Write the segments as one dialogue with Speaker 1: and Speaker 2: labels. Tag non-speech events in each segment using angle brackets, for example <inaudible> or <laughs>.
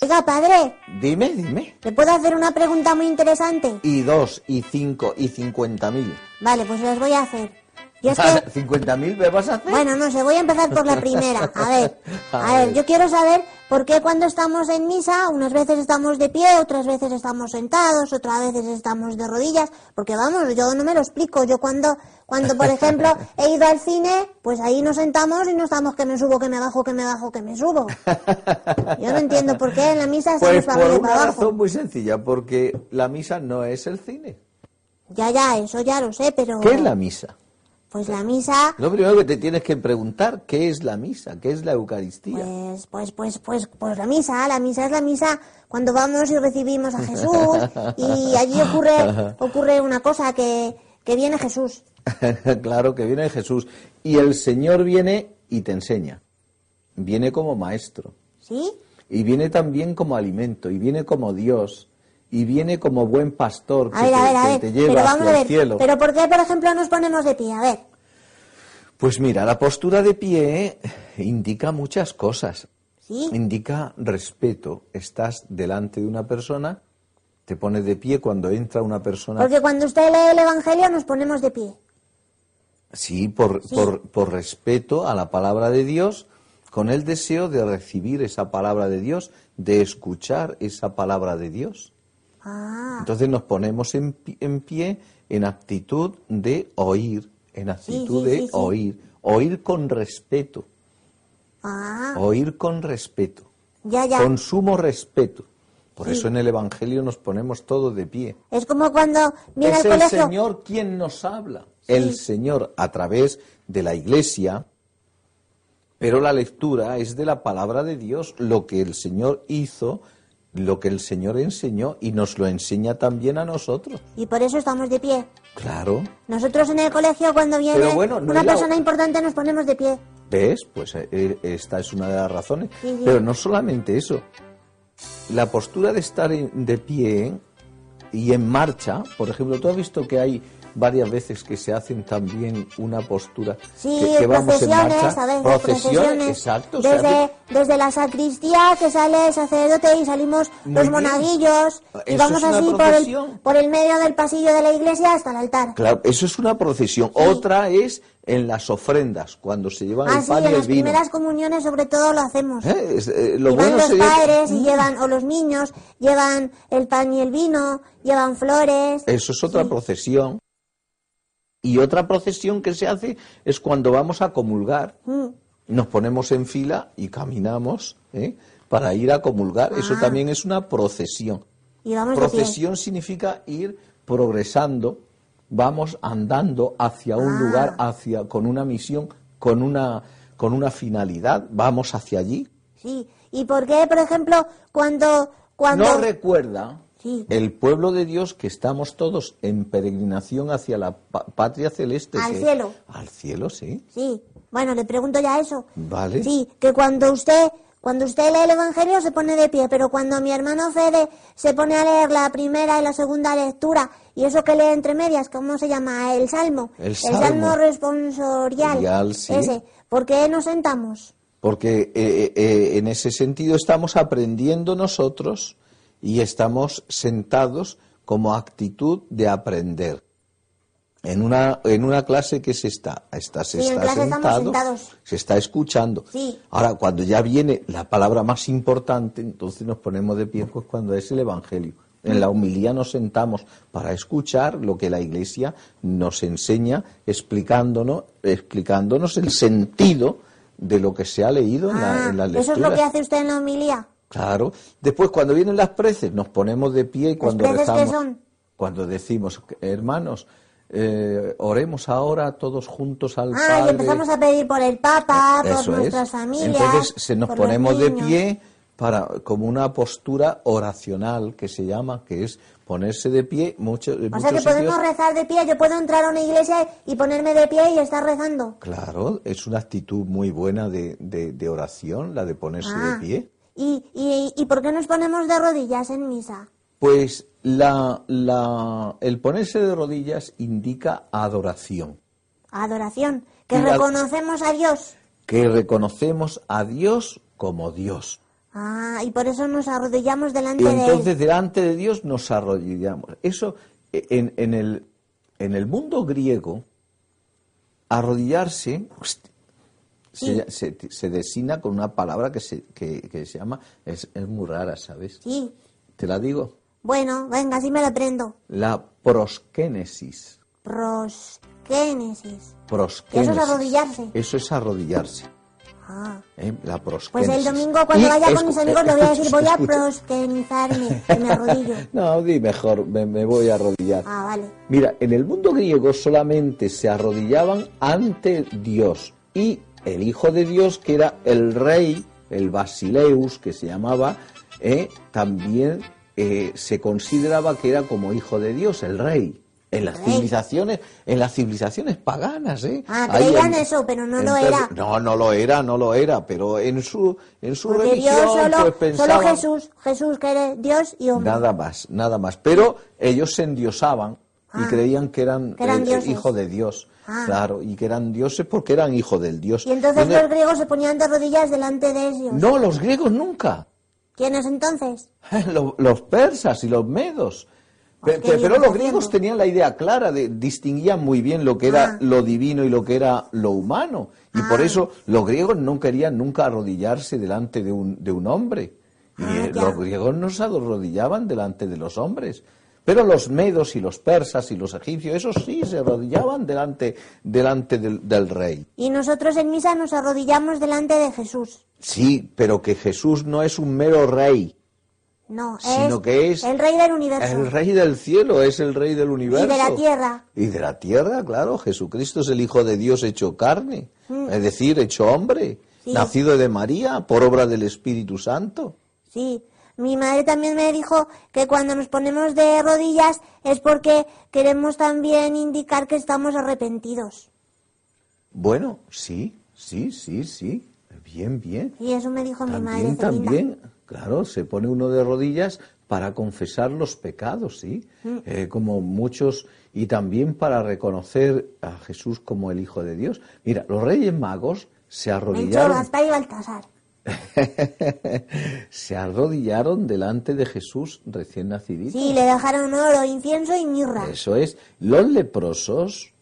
Speaker 1: Oiga, padre,
Speaker 2: Dime, dime.
Speaker 1: ¿le puedo hacer una pregunta muy interesante?
Speaker 2: Y dos, y cinco, y cincuenta mil.
Speaker 1: Vale, pues las voy a hacer. Yo es que...
Speaker 2: ¿Cincuenta mil me vas a hacer?
Speaker 1: Bueno, no sé, voy a empezar por la primera. A
Speaker 2: <laughs>
Speaker 1: ver, a ver, yo quiero saber por qué cuando estamos en misa, unas veces estamos de pie, otras veces estamos sentados, otras veces estamos de rodillas, porque vamos, yo no me lo explico. Yo cuando, cuando por ejemplo,
Speaker 2: <laughs>
Speaker 1: he ido al cine, pues ahí nos sentamos y no estamos que me subo, que me bajo, que me bajo, que me subo. Yo no entiendo por qué en la misa estamos
Speaker 2: Pues
Speaker 1: para
Speaker 2: por
Speaker 1: arriba y
Speaker 2: una
Speaker 1: para abajo.
Speaker 2: razón muy sencilla, porque la misa no es el cine.
Speaker 1: Ya, ya, eso ya lo sé, pero...
Speaker 2: ¿Qué es la misa?
Speaker 1: Pues la misa...
Speaker 2: Lo primero que te tienes que preguntar, ¿qué es la misa? ¿Qué es la Eucaristía?
Speaker 1: Pues, pues, pues, pues, pues la misa, la misa es la misa cuando vamos y recibimos a Jesús
Speaker 2: <laughs>
Speaker 1: y allí ocurre, ocurre una cosa que, que viene Jesús.
Speaker 2: <laughs> claro que viene Jesús. Y el Señor viene y te enseña. Viene como maestro.
Speaker 1: ¿Sí?
Speaker 2: Y viene también como alimento. Y viene como Dios. Y viene como buen pastor que,
Speaker 1: A ver,
Speaker 2: te,
Speaker 1: a ver, a
Speaker 2: que
Speaker 1: ver.
Speaker 2: te lleva
Speaker 1: Pero vamos
Speaker 2: hacia
Speaker 1: a
Speaker 2: el
Speaker 1: ver.
Speaker 2: cielo.
Speaker 1: Pero ¿por qué, por ejemplo, nos ponemos de pie? A ver.
Speaker 2: Pues mira, la postura de pie indica muchas cosas.
Speaker 1: ¿Sí?
Speaker 2: Indica respeto. Estás delante de una persona, te pones de pie cuando entra una persona.
Speaker 1: Porque cuando usted lee el Evangelio nos ponemos de pie.
Speaker 2: Sí, por,
Speaker 1: Sí.
Speaker 2: Por, por respeto a la palabra de Dios, con el deseo de recibir esa palabra de Dios, de escuchar esa palabra de Dios.
Speaker 1: Ah,
Speaker 2: Entonces nos ponemos en, pi- en pie en actitud de oír, en actitud
Speaker 1: sí,
Speaker 2: de
Speaker 1: sí, sí.
Speaker 2: oír, oír con respeto,
Speaker 1: ah.
Speaker 2: oír con respeto,
Speaker 1: Ya, ya.
Speaker 2: con sumo respeto. Por
Speaker 1: Sí.
Speaker 2: eso en el Evangelio nos ponemos todos de pie.
Speaker 1: Es como cuando viene
Speaker 2: es
Speaker 1: al
Speaker 2: el
Speaker 1: colegio.
Speaker 2: Señor quien nos habla. El Señor a través de la iglesia, pero la lectura es de la palabra de Dios, lo que el Señor hizo, lo que el Señor enseñó y nos lo enseña también a nosotros.
Speaker 1: Y por eso estamos de pie.
Speaker 2: Claro.
Speaker 1: Nosotros en el colegio cuando viene
Speaker 2: Pero bueno, no
Speaker 1: una
Speaker 2: es la-
Speaker 1: persona importante nos ponemos de pie.
Speaker 2: ¿Ves? Pues eh, eh, esta es una de las razones.
Speaker 1: Sí, sí.
Speaker 2: Pero no solamente eso. La postura de estar en- de pie y en marcha, por ejemplo, tú has visto que hay varias veces que se hacen también una postura
Speaker 1: Sí,
Speaker 2: que, que vamos en
Speaker 1: procesiones,
Speaker 2: marcha,
Speaker 1: a veces
Speaker 2: procesiones,
Speaker 1: procesiones.
Speaker 2: exacto, se
Speaker 1: Desde,
Speaker 2: hace-
Speaker 1: desde la sacristía que sale el sacerdote y salimos
Speaker 2: Muy
Speaker 1: los
Speaker 2: bien.
Speaker 1: monaguillos y
Speaker 2: Eso
Speaker 1: vamos
Speaker 2: es una
Speaker 1: así por el,
Speaker 2: procesión.
Speaker 1: por el medio del pasillo de la iglesia hasta el altar.
Speaker 2: Claro, eso es una procesión. Otra es en las ofrendas, cuando se llevan el
Speaker 1: Así
Speaker 2: pan
Speaker 1: Ah, en
Speaker 2: y el
Speaker 1: las
Speaker 2: vino.
Speaker 1: primeras comuniones sobre todo lo hacemos.
Speaker 2: ¿Eh? Es, eh, lo
Speaker 1: y van
Speaker 2: bueno Mm.
Speaker 1: los
Speaker 2: sería-
Speaker 1: padres y llevan, o los niños, llevan el pan y el vino, llevan flores.
Speaker 2: Eso es otra procesión. Y otra procesión que se hace es cuando vamos a comulgar.
Speaker 1: Mm.
Speaker 2: Nos ponemos en fila y caminamos ¿eh? para ir a comulgar. Eso
Speaker 1: Ah.
Speaker 2: también es una procesión.
Speaker 1: Y vamos de pie.
Speaker 2: Procesión significa ir progresando, vamos andando hacia un
Speaker 1: Ah.
Speaker 2: lugar, hacia con una misión, con una con una finalidad, vamos hacia allí.
Speaker 1: Sí. ¿Y por qué, por ejemplo, cuando... cuando...
Speaker 2: No recuerda
Speaker 1: Sí.
Speaker 2: el pueblo de Dios que estamos todos en peregrinación hacia la pa- patria celeste.
Speaker 1: Al
Speaker 2: que-
Speaker 1: cielo.
Speaker 2: Al cielo, sí.
Speaker 1: Sí, bueno, le pregunto ya eso.
Speaker 2: Vale.
Speaker 1: Sí, que cuando usted, cuando usted lee el Evangelio se pone de pie, pero cuando mi hermano Fede se pone a leer la primera y la segunda lectura, y eso que lee entre medias, ¿cómo se llama? El Salmo.
Speaker 2: El
Speaker 1: Salmo,
Speaker 2: Salmo.
Speaker 1: responsorial.
Speaker 2: Real, sí.
Speaker 1: Ese. ¿Por qué nos sentamos?
Speaker 2: Porque eh, eh, en ese sentido estamos aprendiendo nosotros y estamos sentados como actitud de aprender. En una, en una clase que se está, está, se
Speaker 1: Sí, en
Speaker 2: está
Speaker 1: clase estamos
Speaker 2: sentado,
Speaker 1: sentados.
Speaker 2: se está escuchando.
Speaker 1: Sí.
Speaker 2: Ahora, cuando ya viene la palabra más importante, entonces nos ponemos de pie, pues cuando es el Evangelio. En la humilía nos sentamos para escuchar lo que la Iglesia nos enseña, explicándonos, explicándonos el sentido de lo que se ha leído en, la,
Speaker 1: Ah,
Speaker 2: en las
Speaker 1: eso es lo que
Speaker 2: lecturas.
Speaker 1: hace usted en la homilía.
Speaker 2: Claro. Después, cuando vienen las preces, nos ponemos de pie y cuando
Speaker 1: preces qué
Speaker 2: rezamos,
Speaker 1: son?
Speaker 2: cuando decimos, hermanos, eh, oremos ahora todos juntos al
Speaker 1: Ah, y
Speaker 2: Padre. Eh,
Speaker 1: empezamos a pedir por el Papa, por
Speaker 2: Eso es.
Speaker 1: nuestras familias.
Speaker 2: Entonces se nos
Speaker 1: por los
Speaker 2: ponemos de
Speaker 1: niños.
Speaker 2: pie para como una postura oracional que se llama, que es ponerse de pie mucho, en
Speaker 1: O sea que
Speaker 2: muchos
Speaker 1: podemos
Speaker 2: sitios.
Speaker 1: rezar de pie, yo puedo entrar a una iglesia y ponerme de pie y estar rezando.
Speaker 2: Claro, es una actitud muy buena de, de- de oración, la de ponerse
Speaker 1: Ah.
Speaker 2: de pie.
Speaker 1: ¿Y, y, ¿Y por qué nos ponemos de rodillas en misa?
Speaker 2: Pues la, la- el ponerse de rodillas indica adoración,
Speaker 1: Adoración, que
Speaker 2: Y la-
Speaker 1: reconocemos a Dios.
Speaker 2: que reconocemos a Dios como Dios.
Speaker 1: Ah, y por eso nos arrodillamos delante
Speaker 2: Y
Speaker 1: de él.
Speaker 2: entonces delante de Dios nos arrodillamos. Eso e, en, en el, en el mundo griego, arrodillarse se, se, se designa con una palabra que se, que, que se llama, es, es muy rara, ¿sabes?
Speaker 1: Sí.
Speaker 2: Te la digo,
Speaker 1: Bueno, venga, así me lo aprendo.
Speaker 2: la proskénesis.
Speaker 1: Proskénesis. Eso
Speaker 2: proskénesis.
Speaker 1: es arrodillarse.
Speaker 2: Eso es arrodillarse.
Speaker 1: Ah.
Speaker 2: ¿eh? La
Speaker 1: Pues
Speaker 2: proskénesis.
Speaker 1: el domingo cuando
Speaker 2: Y
Speaker 1: vaya con
Speaker 2: <laughs> escu-
Speaker 1: mis amigos le voy a decir voy a
Speaker 2: escucha.
Speaker 1: proskenizarme, que me arrodillo.
Speaker 2: <laughs> No, di mejor, me, me voy a arrodillar.
Speaker 1: Ah, vale.
Speaker 2: Mira, en el mundo griego solamente se arrodillaban ante Dios y el Hijo de Dios, que era el rey, el Basileus, que se llamaba, eh, también eh, se consideraba que era como Hijo de Dios, el rey. En las
Speaker 1: Rey.
Speaker 2: civilizaciones, en las civilizaciones paganas, ¿eh?
Speaker 1: Ah,
Speaker 2: Ahí
Speaker 1: creían
Speaker 2: en-
Speaker 1: eso, pero no lo
Speaker 2: entonces-
Speaker 1: era.
Speaker 2: No, no lo era, no lo era, pero en su, en su
Speaker 1: Porque
Speaker 2: religión,
Speaker 1: Dios solo,
Speaker 2: pues
Speaker 1: solo
Speaker 2: pensaban...
Speaker 1: Jesús, Jesús que eres Dios y hombre.
Speaker 2: Nada más, nada más. Pero ellos se endiosaban y
Speaker 1: Ah.
Speaker 2: creían que eran,
Speaker 1: Que eran dioses.
Speaker 2: hijos de Dios.
Speaker 1: Ah.
Speaker 2: Claro, y que eran dioses porque eran hijos del Dios.
Speaker 1: Y entonces
Speaker 2: ¿Dónde-
Speaker 1: los griegos se ponían de rodillas delante de ellos.
Speaker 2: No, los griegos nunca.
Speaker 1: ¿Quiénes entonces?
Speaker 2: Los, Eh, los persas y los medos.
Speaker 1: Pues
Speaker 2: Pe-
Speaker 1: qué
Speaker 2: pe-
Speaker 1: bien,
Speaker 2: pero los
Speaker 1: qué
Speaker 2: griegos
Speaker 1: bien.
Speaker 2: tenían la idea clara, de, distinguían muy bien lo que era
Speaker 1: Ah.
Speaker 2: lo divino y lo que era lo humano. Y por
Speaker 1: Ah.
Speaker 2: eso los griegos no querían nunca arrodillarse delante de un, de un hombre. Y
Speaker 1: Ah,
Speaker 2: eh,
Speaker 1: ya.
Speaker 2: los griegos no se arrodillaban delante de los hombres. Pero los medos y los persas y los egipcios, esos sí se arrodillaban delante, delante del- del rey.
Speaker 1: Y nosotros en misa nos arrodillamos delante de Jesús.
Speaker 2: Sí, pero que Jesús no es un mero rey.
Speaker 1: No,
Speaker 2: Sino
Speaker 1: es,
Speaker 2: que es
Speaker 1: el rey del universo.
Speaker 2: El rey del cielo es el rey del universo.
Speaker 1: Y de la tierra.
Speaker 2: Y de la tierra, claro. Jesucristo es el Hijo de Dios hecho carne. Es decir, hecho hombre.
Speaker 1: Sí.
Speaker 2: Nacido de María por obra del Espíritu Santo.
Speaker 1: Sí, mi madre también me dijo que cuando nos ponemos de rodillas es porque queremos también indicar que estamos arrepentidos.
Speaker 2: Bueno, sí, sí, sí, sí. Bien, bien.
Speaker 1: Y eso me dijo mi madre.
Speaker 2: También,
Speaker 1: Celinda.
Speaker 2: también, claro, se pone uno de rodillas para confesar los pecados, ¿sí? Eh, como muchos, y también para reconocer a Jesús como el Hijo de Dios. Mira, los Reyes Magos se
Speaker 1: Melchor,
Speaker 2: arrodillaron,
Speaker 1: Gaspar y Baltasar.
Speaker 2: <laughs> se arrodillaron delante de Jesús recién nacidito.
Speaker 1: Sí, le dejaron oro, incienso y mirra.
Speaker 2: Eso es, los leprosos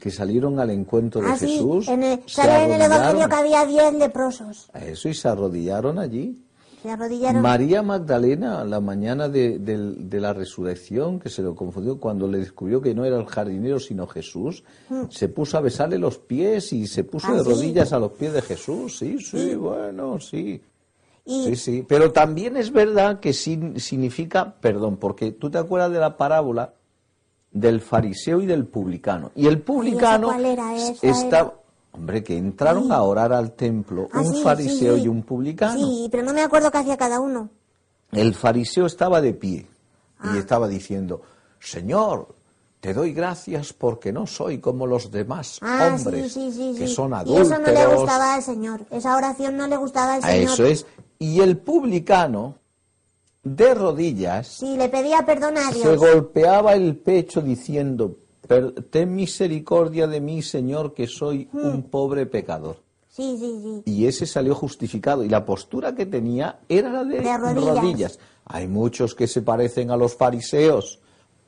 Speaker 2: que salieron al encuentro de
Speaker 1: Así,
Speaker 2: Jesús
Speaker 1: Ah, en el,
Speaker 2: se
Speaker 1: sale en el Evangelio
Speaker 2: arrodillaron.
Speaker 1: que había diez leprosos.
Speaker 2: Eso, y se arrodillaron allí.
Speaker 1: Se arrodillaron.
Speaker 2: María Magdalena, la mañana de, del- de la resurrección, que se lo confundió cuando le descubrió que no era el jardinero sino Jesús, se puso a besarle los pies y se puso
Speaker 1: Mm. ¿Ah,
Speaker 2: de
Speaker 1: sí? Mm.
Speaker 2: rodillas a los pies de Jesús. Sí, sí, bueno, sí.
Speaker 1: y
Speaker 2: Sí, sí. Pero también es verdad que sin- significa perdón, porque tú te acuerdas de la parábola del fariseo y del publicano. Y el publicano
Speaker 1: cuál era? Esa
Speaker 2: está.
Speaker 1: era.
Speaker 2: Hombre, que entraron
Speaker 1: Sí.
Speaker 2: a orar al templo
Speaker 1: Ah,
Speaker 2: un
Speaker 1: sí,
Speaker 2: fariseo
Speaker 1: sí, sí.
Speaker 2: y un publicano.
Speaker 1: Sí, pero no me acuerdo qué hacía cada uno.
Speaker 2: El fariseo estaba de pie
Speaker 1: Ah.
Speaker 2: y estaba diciendo, Señor, te doy gracias porque no soy como los demás
Speaker 1: Ah,
Speaker 2: hombres
Speaker 1: sí, sí, sí, sí.
Speaker 2: que son
Speaker 1: y eso no le
Speaker 2: adúlteros.
Speaker 1: gustaba al Señor. Esa oración no le gustaba al
Speaker 2: A
Speaker 1: Señor.
Speaker 2: eso es. Y el publicano, de rodillas,
Speaker 1: Sí, le pedía perdón a Dios.
Speaker 2: se golpeaba el pecho diciendo, "Per- ten misericordia de mí, Señor, que soy
Speaker 1: Hmm.
Speaker 2: un pobre pecador.
Speaker 1: Sí, sí, sí.
Speaker 2: Y ese salió justificado. Y la postura que tenía era la de,
Speaker 1: De rodillas.
Speaker 2: Hay muchos que se parecen a los fariseos,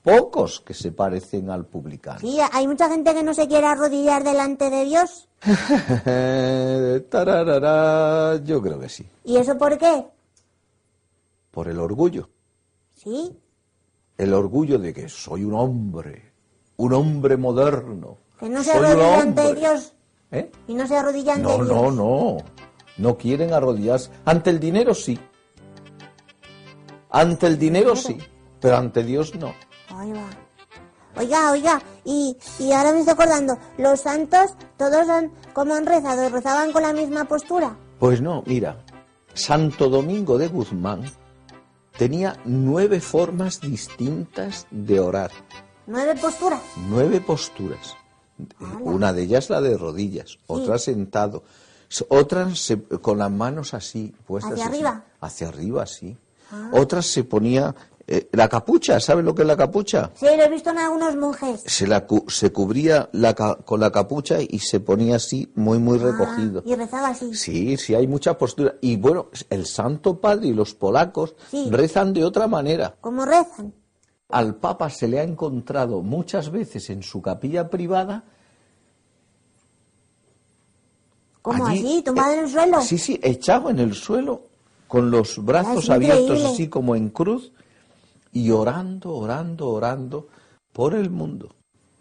Speaker 2: pocos que se parecen al publicano.
Speaker 1: Sí, hay mucha gente que no se quiere arrodillar delante de Dios.
Speaker 2: <laughs> Tararara, yo creo que sí,
Speaker 1: ¿Y eso por qué?
Speaker 2: por el orgullo.
Speaker 1: Sí,
Speaker 2: El orgullo de que soy un hombre, un hombre moderno.
Speaker 1: que no se
Speaker 2: soy un
Speaker 1: arrodilla ante
Speaker 2: hombre.
Speaker 1: Dios.
Speaker 2: ¿Eh?
Speaker 1: Y no se arrodilla ante
Speaker 2: No,
Speaker 1: Dios.
Speaker 2: no, no. No quieren arrodillarse. Ante el dinero sí. Ante el dinero sí. Pero ante Dios no.
Speaker 1: Ahí va. Oiga, oiga, y, y ahora me estoy acordando, los santos, todos han, como han rezado, rezaban con la misma postura.
Speaker 2: Pues no, mira. Santo Domingo de Guzmán tenía nueve formas distintas de orar.
Speaker 1: Nueve posturas.
Speaker 2: Nueve posturas. Una de ellas la de rodillas, otra sentado, s- otras se- con las manos así, puestas
Speaker 1: Hacia
Speaker 2: así,
Speaker 1: arriba. Ah.
Speaker 2: hacia arriba, sí. Otras se ponía Eh, la capucha, ¿sabes lo que es la capucha?
Speaker 1: Sí, lo he visto en algunos monjes.
Speaker 2: Se, la cu- se cubría la ca- con la capucha y se ponía así muy, muy
Speaker 1: Ah,
Speaker 2: recogido.
Speaker 1: y rezaba así.
Speaker 2: Sí, sí, hay mucha postura. Y bueno, el Santo Padre y los polacos
Speaker 1: Sí.
Speaker 2: rezan de otra manera.
Speaker 1: ¿Cómo rezan?
Speaker 2: Al Papa se le ha encontrado muchas veces en su capilla privada
Speaker 1: ¿Cómo
Speaker 2: Allí,
Speaker 1: así? ¿Tumbado
Speaker 2: eh,
Speaker 1: en el suelo?
Speaker 2: Sí, sí, echado en el suelo, con los brazos
Speaker 1: Ah, es
Speaker 2: abiertos
Speaker 1: increíble.
Speaker 2: así como en cruz, y orando, orando, orando por el mundo,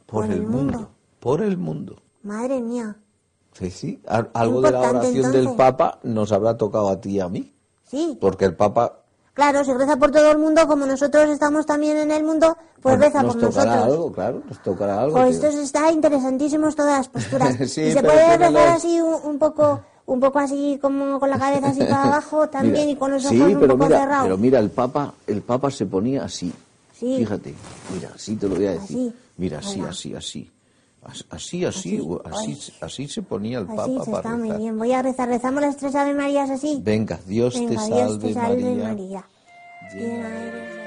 Speaker 2: por, el, mundo, por el mundo.
Speaker 1: Madre mía.
Speaker 2: Sí, sí, a- algo de la
Speaker 1: Importante,
Speaker 2: oración del
Speaker 1: entonces.
Speaker 2: Papa nos habrá tocado a ti y a mí,
Speaker 1: Sí.
Speaker 2: porque el Papa
Speaker 1: Claro, si reza por todo el mundo, como nosotros estamos también en el mundo, pues
Speaker 2: bueno,
Speaker 1: reza
Speaker 2: nos
Speaker 1: por
Speaker 2: tocará
Speaker 1: nosotros.
Speaker 2: algo, claro, nos tocará algo.
Speaker 1: Jo,
Speaker 2: que-
Speaker 1: esto está interesantísimos todas las posturas.
Speaker 2: <laughs> Sí,
Speaker 1: y se
Speaker 2: pero
Speaker 1: puede
Speaker 2: tiene
Speaker 1: rezar
Speaker 2: los-
Speaker 1: así un, un poco, un poco así como con la cabeza así
Speaker 2: <laughs>
Speaker 1: para abajo también y
Speaker 2: Mira,
Speaker 1: con los ojos
Speaker 2: sí,
Speaker 1: un
Speaker 2: pero
Speaker 1: poco
Speaker 2: mira,
Speaker 1: cerrados.
Speaker 2: Pero mira, el Papa, el Papa se ponía así.
Speaker 1: Sí.
Speaker 2: Fíjate, mira, así te lo voy a decir.
Speaker 1: Así.
Speaker 2: Mira, así,
Speaker 1: Venga.
Speaker 2: así, así. As- Así, así, o- así, así, se ponía el
Speaker 1: así
Speaker 2: Papa
Speaker 1: se está
Speaker 2: para
Speaker 1: muy
Speaker 2: rezar.
Speaker 1: bien. Voy a rezar. Rezamos las tres Ave Marías así.
Speaker 2: Venga, Dios te
Speaker 1: Venga,
Speaker 2: salve,
Speaker 1: Dios te salve
Speaker 2: María.
Speaker 1: María. Llena eres de-